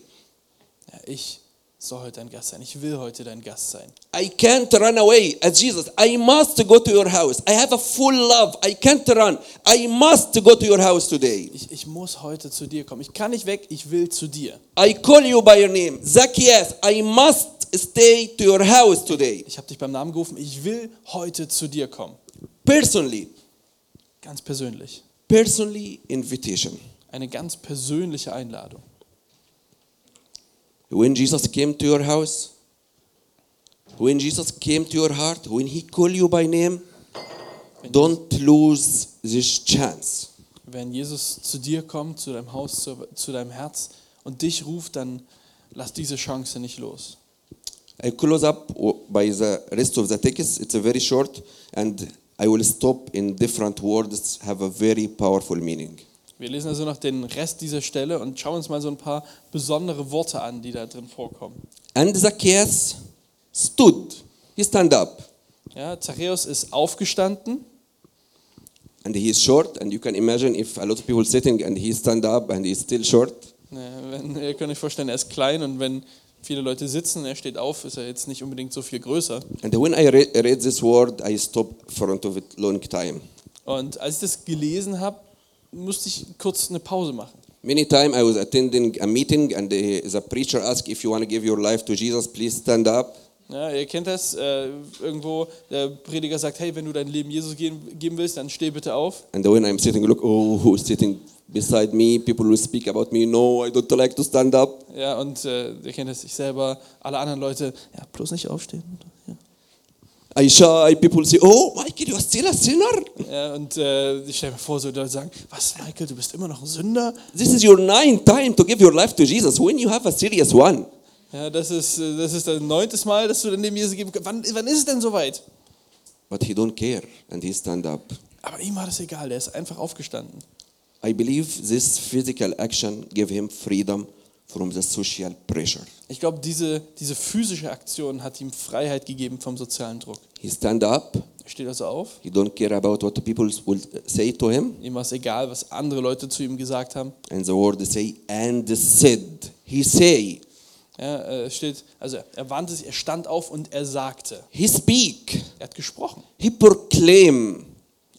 B: Ja, ich soll heute dein Gast sein. Ich will heute dein Gast sein.
A: I can't run away as Jesus. I must go to your house. I have a full love. I can't run. I must go to your house today.
B: Ich, ich muss heute zu dir kommen. Ich kann nicht weg, ich will zu dir.
A: I call you by your name. Zacchaeus, I must stay to your house today.
B: Ich habe dich beim Namen gerufen. Ich will heute zu dir kommen.
A: Personally,
B: Ganz persönlich.
A: personally invitation.
B: Eine ganz persönliche Einladung.
A: When Jesus came to your house, when Jesus came to your heart, when he called you by name, don't lose this chance.
B: Wenn Jesus zu dir kommt, zu deinem Haus, zu, zu deinem Herz und dich ruft, dann lass diese Chance nicht los.
A: I close up by the rest of the text. It's a very short, and I will stop in different words have a very powerful meaning.
B: Wir lesen also noch den Rest dieser Stelle und schauen uns mal so ein paar besondere Worte an, die da drin vorkommen.
A: And Zacchaeus stood. He stand up,
B: Ja, Zachäus ist aufgestanden.
A: and he is short. And you can imagine if a lot of people sitting and he stand up and he's still short.
B: Ja, wenn, ihr könnt euch vorstellen, er ist klein und wenn viele Leute sitzen und er steht auf, ist er jetzt nicht unbedingt so viel größer.
A: And when I re- read this word, I stop front of it long time.
B: Und als ich das gelesen habe, musste ich kurz eine Pause machen.
A: Many time I was attending a meeting, and the, the preacher asked, "If you want to give your life to Jesus, please stand up."
B: Ja, ihr kennt das, äh, irgendwo der Prediger sagt, hey, wenn du dein Leben Jesus geben, geben willst, dann steh bitte auf.
A: And when I'm sitting, look, oh, who's sitting beside me? People will speak about me. No, I don't like to stand up.
B: Ja, und äh, ihr kennt das, ich selber, alle anderen Leute, ja, bloß nicht aufstehen. Ja.
A: I shy. People say, oh, Michael, you're still a sinner?
B: Ja, und äh, ich stelle mir vor, so Leute sagen, was, Michael, du bist immer noch ein Sünder?
A: This is your ninth time to give your life to Jesus when you have a serious one.
B: Ja, das ist, äh, das ist dein neuntes Mal, dass du dein Leben Jesus geben kannst. Wann, wann ist es denn soweit?
A: But he don't care, and he stand up.
B: Aber ihm war das egal, der ist einfach aufgestanden.
A: I believe this physical action gave him freedom from the social pressure.
B: Ich glaube, diese, diese physische Aktion hat ihm Freiheit gegeben vom sozialen Druck.
A: He stand up.
B: Er steht also auf,
A: He don't care about what people will say to him.
B: ihm war es egal, was andere Leute zu ihm gesagt haben.
A: And the word say, and said. He say.
B: Ja, äh, steht, also er wandte sich, er stand auf und er sagte.
A: He speak.
B: Er hat gesprochen.
A: He proclaim.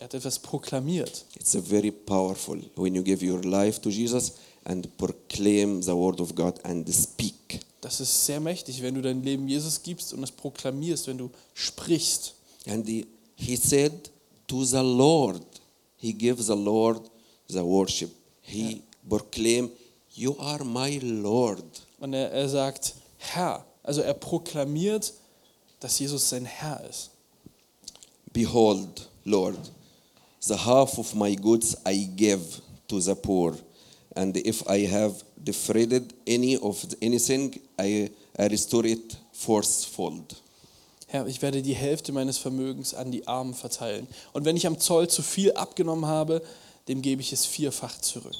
B: Er hat etwas proklamiert.
A: It's a very powerful when you give your life to Jesus and proclaim the word of God and speak.
B: Das ist sehr mächtig, wenn du dein Leben Jesus gibst und es proklamierst, wenn du sprichst.
A: And he, he said to the Lord, he gave the Lord the worship. He proclaim, you are my Lord.
B: Und er, er sagt, Herr. Also er proklamiert, dass Jesus sein Herr ist.
A: Behold, Lord, the half of my goods I give to the poor, and if I have defrauded any of the- anything, I, I restore it forcefold.
B: Herr, ich werde die Hälfte meines Vermögens an die Armen verteilen. Und wenn ich am Zoll zu viel abgenommen habe, dem gebe ich es vierfach zurück.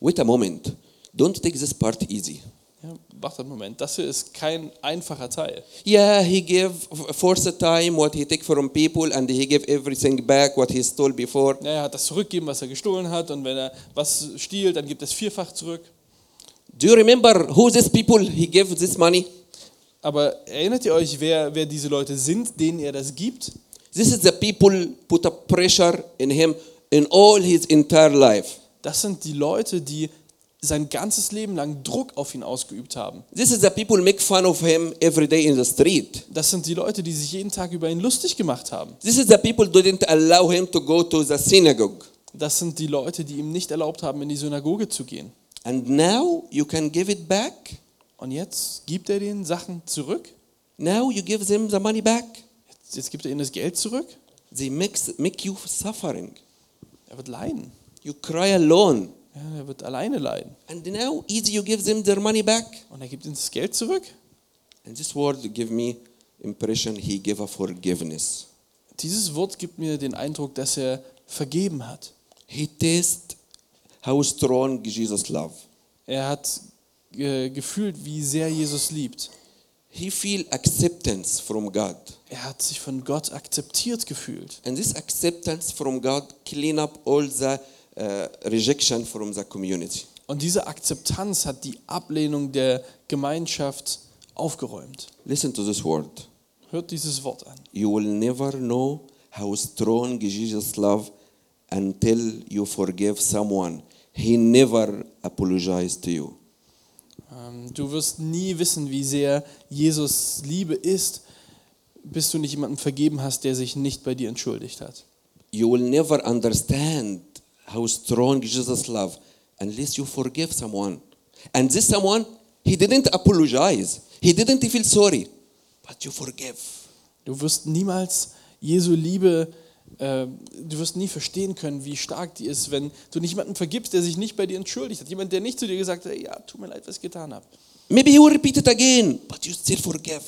A: Wait a moment. Don't take this part easy.
B: Ja, warte einen Moment, das hier ist kein einfacher Teil.
A: Yeah, he gave f- first time what he take from people and he gave everything back what he stole before.
B: Ja, er hat das zurückgegeben, was er gestohlen hat und wenn er was stiehlt, dann gibt es vierfach zurück.
A: Do you remember who these people he gave this money?
B: Aber erinnert ihr euch, wer, wer diese Leute sind, denen er das gibt?
A: This is the people put a pressure in him in all his entire life.
B: Das sind die Leute, die sein ganzes Leben lang Druck auf ihn ausgeübt haben.
A: This is the people make fun of him every day in the street.
B: Das sind die Leute, die sich jeden Tag über ihn lustig gemacht haben.
A: This is the people didn't allow him to go to the synagogue.
B: Das sind die Leute, die ihm nicht erlaubt haben, in die Synagoge zu gehen.
A: And now you can give it back.
B: Und jetzt gibt er den Sachen zurück.
A: Now you give them the money back.
B: Jetzt, jetzt gibt er ihnen das Geld zurück.
A: They makes, make you suffering.
B: Er wird leiden.
A: You cry alone.
B: Ja, er wird alleine leiden.
A: And now either you give them their money back.
B: Und er gibt ihnen das Geld zurück.
A: And this word give me impression he gave a forgiveness.
B: Dieses Wort gibt mir den Eindruck, dass er vergeben hat.
A: He taste how strong Jesus love.
B: Er hat äh, gefühlt, wie sehr Jesus liebt.
A: He feel acceptance from God.
B: Er hat sich von Gott akzeptiert gefühlt.
A: And this acceptance from God clean up all the uh, rejection from the community.
B: Und diese Akzeptanz hat die Ablehnung der Gemeinschaft aufgeräumt.
A: Listen to this word.
B: Hört dieses Wort an.
A: You will never know how strong Jesus love until you forgive someone. He never apologized to you.
B: Ähm, Du wirst nie wissen, wie sehr Jesus Liebe ist, bis du nicht jemandem vergeben hast, der sich nicht bei dir entschuldigt hat.
A: you will never understand how strong Jesus love unless you forgive someone. And this someone, he didn't apologize. He didn't feel sorry, but you forgive.
B: Du wirst niemals Jesu Liebe, äh, du wirst nie verstehen können, wie stark die ist, wenn du nicht jemandem vergibst, der sich nicht bei dir entschuldigt hat. Jemand, der nicht zu dir gesagt hat, ja, tut mir leid, was ich getan habe.
A: Maybe he will repeat it again, but you still forgive.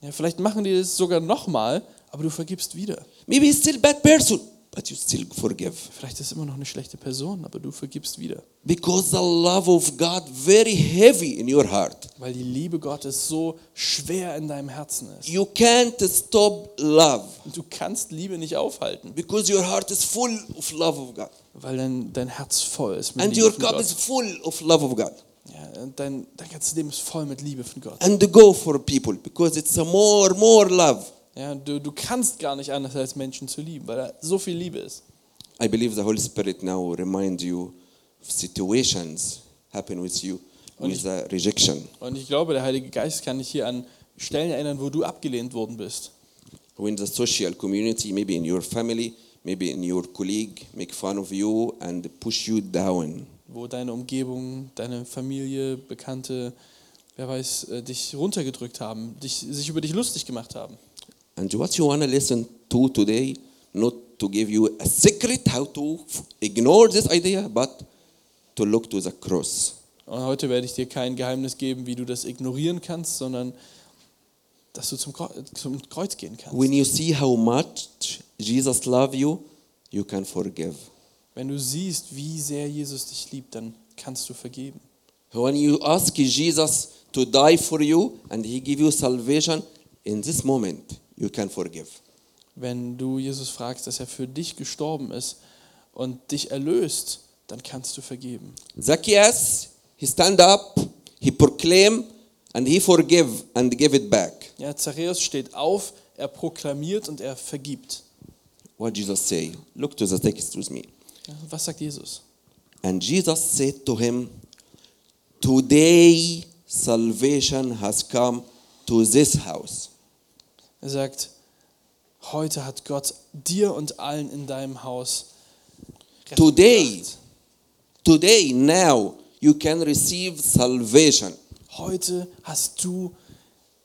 B: Ja, vielleicht machen die das sogar nochmal, aber du vergibst wieder.
A: Maybe he's still bad person, but you still forgive.
B: Vielleicht ist immer noch eine schlechte Person, aber du vergibst wieder.
A: Because the love of God very heavy in your heart.
B: Weil die Liebe Gottes so schwer in deinem Herzen ist.
A: You can't stop love
B: Und du kannst Liebe nicht aufhalten,
A: because your heart is full of love of God.
B: weil dein, dein Herz voll ist mit
A: And
B: Liebe
A: your
B: von
A: cup is
B: Gott.
A: full of love of God.
B: Ja, und dein, dein ganzes Leben ist voll mit Liebe von Gott.
A: and go for people because it's a more more love
B: Ja, du, du kannst gar nicht anders als Menschen zu lieben, weil da so viel Liebe ist.
A: i believe the holy spirit now reminds you of situations happen with you with the rejection
B: Und ich glaube, der Heilige Geist kann dich hier an Stellen erinnern, wo du abgelehnt worden bist.
A: when the social community maybe in your family maybe in your colleague make fun of you and push you down
B: Wo deine Umgebung, deine Familie, Bekannte, wer weiß, äh, dich runtergedrückt haben, dich, sich über dich lustig gemacht haben.
A: and what you want to listen to today not to give you a secret how to f- ignore this idea but to look to the cross
B: Und heute werde ich dir kein Geheimnis geben, wie du das ignorieren kannst, sondern dass du zum Kreuz, zum Kreuz gehen kannst.
A: when you see how much jesus love you you can forgive
B: Wenn du siehst, wie sehr Jesus dich liebt, dann kannst du vergeben.
A: When you ask Jesus to die for you and he give you salvation, in this moment you can forgive.
B: Wenn du Jesus fragst, dass er für dich gestorben ist und dich erlöst, dann kannst du vergeben.
A: Zacchaeus, he stand up, he proclaim, and he forgive and give it back.
B: Ja, Zachäus steht auf, er proklamiert und er vergibt.
A: What Jesus say? Look to the text with me.
B: Ja, was sagt Jesus?
A: And Jesus said to him, Today salvation has come to this house.
B: Er sagt, heute hat Gott dir und allen in deinem Haus Rettung
A: Today.
B: gebracht.
A: Today, now, you can receive salvation.
B: Heute hast du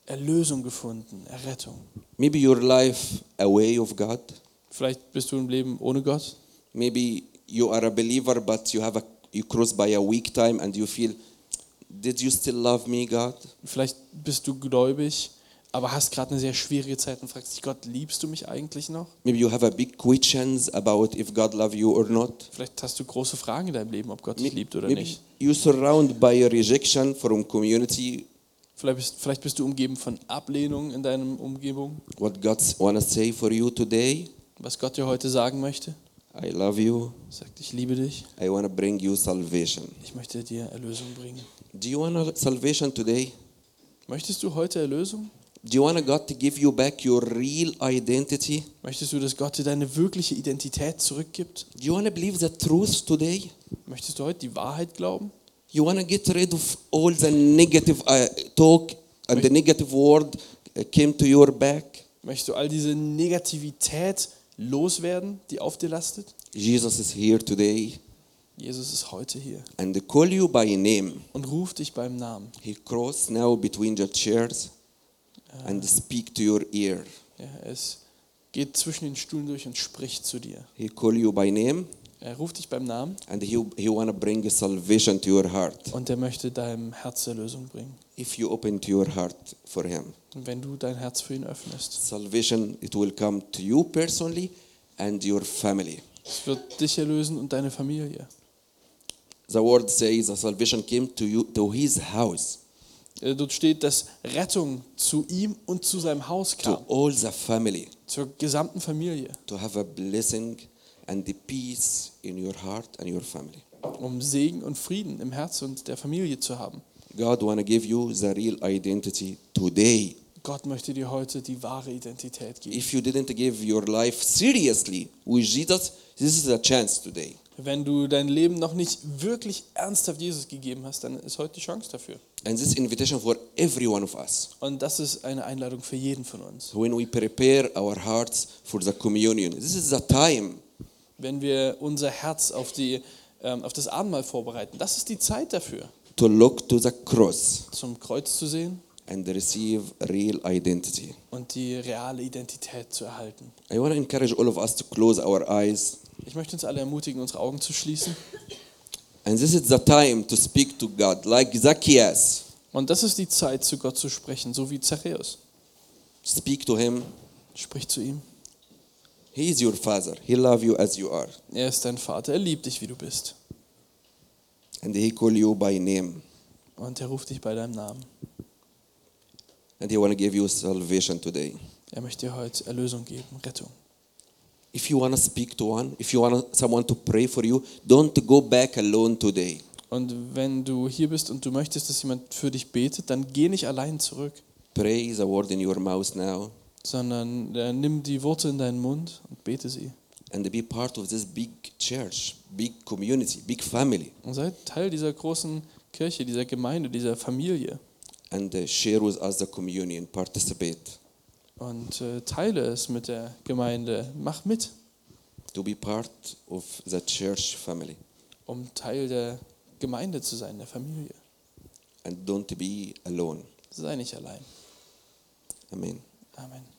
B: Erlösung gefunden, Errettung.
A: Maybe your life away of God.
B: Vielleicht bist du im Leben ohne Gott.
A: maybe you are a believer but you have a you cross by a weak time and you feel did you still love me god
B: Vielleicht bist du gläubig, aber hast gerade eine sehr schwierige Zeit und fragst dich, Gott, liebst du mich eigentlich noch?
A: Maybe you have a big questions about if God love you or not.
B: Vielleicht hast du große Fragen in deinem Leben, ob Gott dich liebt oder
A: Maybe
B: nicht.
A: you surrounded by rejection from community.
B: Vielleicht bist, vielleicht bist du umgeben von Ablehnung in deiner Umgebung,
A: What God wanna say for you today?
B: was Gott dir heute sagen möchte.
A: I love you.
B: Er Sagt, ich liebe dich,
A: I wanna bring you salvation.
B: ich möchte dir Erlösung bringen.
A: Do you want salvation today?
B: Möchtest du heute Erlösung?
A: Do you want God to give you back your real identity?
B: Möchtest du, dass Gott dir deine wirkliche Identität zurückgibt?
A: Do you want to believe the truth today?
B: Möchtest du heute die Wahrheit glauben?
A: You want to get rid of all the negative uh, talk and the negative word uh, came to your back?
B: Möchtest du all diese Negativität loswerden, die auf dir lastet?
A: Jesus is here today
B: Jesus ist heute hier
A: and they call you by name.
B: und ruft dich beim Namen.
A: He cross now between the chairs and speak to your ear.
B: Ja, es geht zwischen den Stühlen durch und spricht zu dir.
A: He call you by name
B: Er ruft dich beim Namen
A: and he, he want to bring salvation to your heart.
B: und er möchte deinem Herz Erlösung bringen.
A: If you open to your heart for him.
B: Und wenn du dein Herz für ihn öffnest,
A: Salvation, it will come to you personally and your family.
B: es wird dich erlösen und deine Familie.
A: The word says the salvation came to you to his house,
B: Äh, Dort steht, dass Rettung zu ihm und zu seinem Haus
A: to
B: kam,
A: all the family,
B: zur gesamten Familie,
A: to have a blessing and the peace in your heart and your family.
B: um Segen und Frieden im Herz und der Familie zu haben.
A: God wanna give you the real identity today.
B: Gott möchte dir heute die wahre Identität geben.
A: If you didn't give your life seriously with Jesus, this is a chance today.
B: Wenn du dein Leben noch nicht wirklich ernsthaft Jesus gegeben hast, dann ist heute die Chance dafür.
A: And this invitation for every one of us.
B: Und das ist eine Einladung für jeden von uns.
A: When we prepare our hearts for the communion, this is the time
B: Wenn wir unser Herz auf, die, ähm, auf das Abendmahl vorbereiten, das ist die Zeit dafür,
A: to look to the cross
B: zum Kreuz zu sehen
A: and receive real identity.
B: und die reale Identität zu erhalten.
A: I want to encourage all of us to close our eyes.
B: Ich möchte uns alle ermutigen, unsere Augen zu schließen.
A: And this is the time to speak to God, like Zacchaeus.
B: Und das ist die Zeit, zu Gott zu sprechen, so wie Zachäus.
A: Speak to him.
B: Sprich zu ihm.
A: He is your father. He loves you as you are.
B: Er ist dein Vater, er liebt dich, wie du bist.
A: And he call you by name.
B: Und er ruft dich bei deinem Namen.
A: And he want to give you salvation today.
B: Er möchte dir heute Erlösung geben, Rettung.
A: If you want to speak to one, if you want someone to pray for you, don't go back alone today.
B: Und wenn du hier bist und du möchtest, dass jemand für dich betet, dann geh nicht allein zurück,
A: Pray the word in your mouth now
B: sondern äh, nimm die Worte in deinen Mund und bete sie.
A: and be part of this big church, big community, big family.
B: Und sei Teil dieser großen Kirche, dieser Gemeinde, dieser Familie.
A: And uh, share with us the communion, participate.
B: Und äh, teile es mit der Gemeinde. Mach mit,
A: to be part of the church family
B: um Teil der Gemeinde zu sein, der Familie.
A: and don't be alone.
B: Sei nicht allein.
A: Amen.
B: Amen.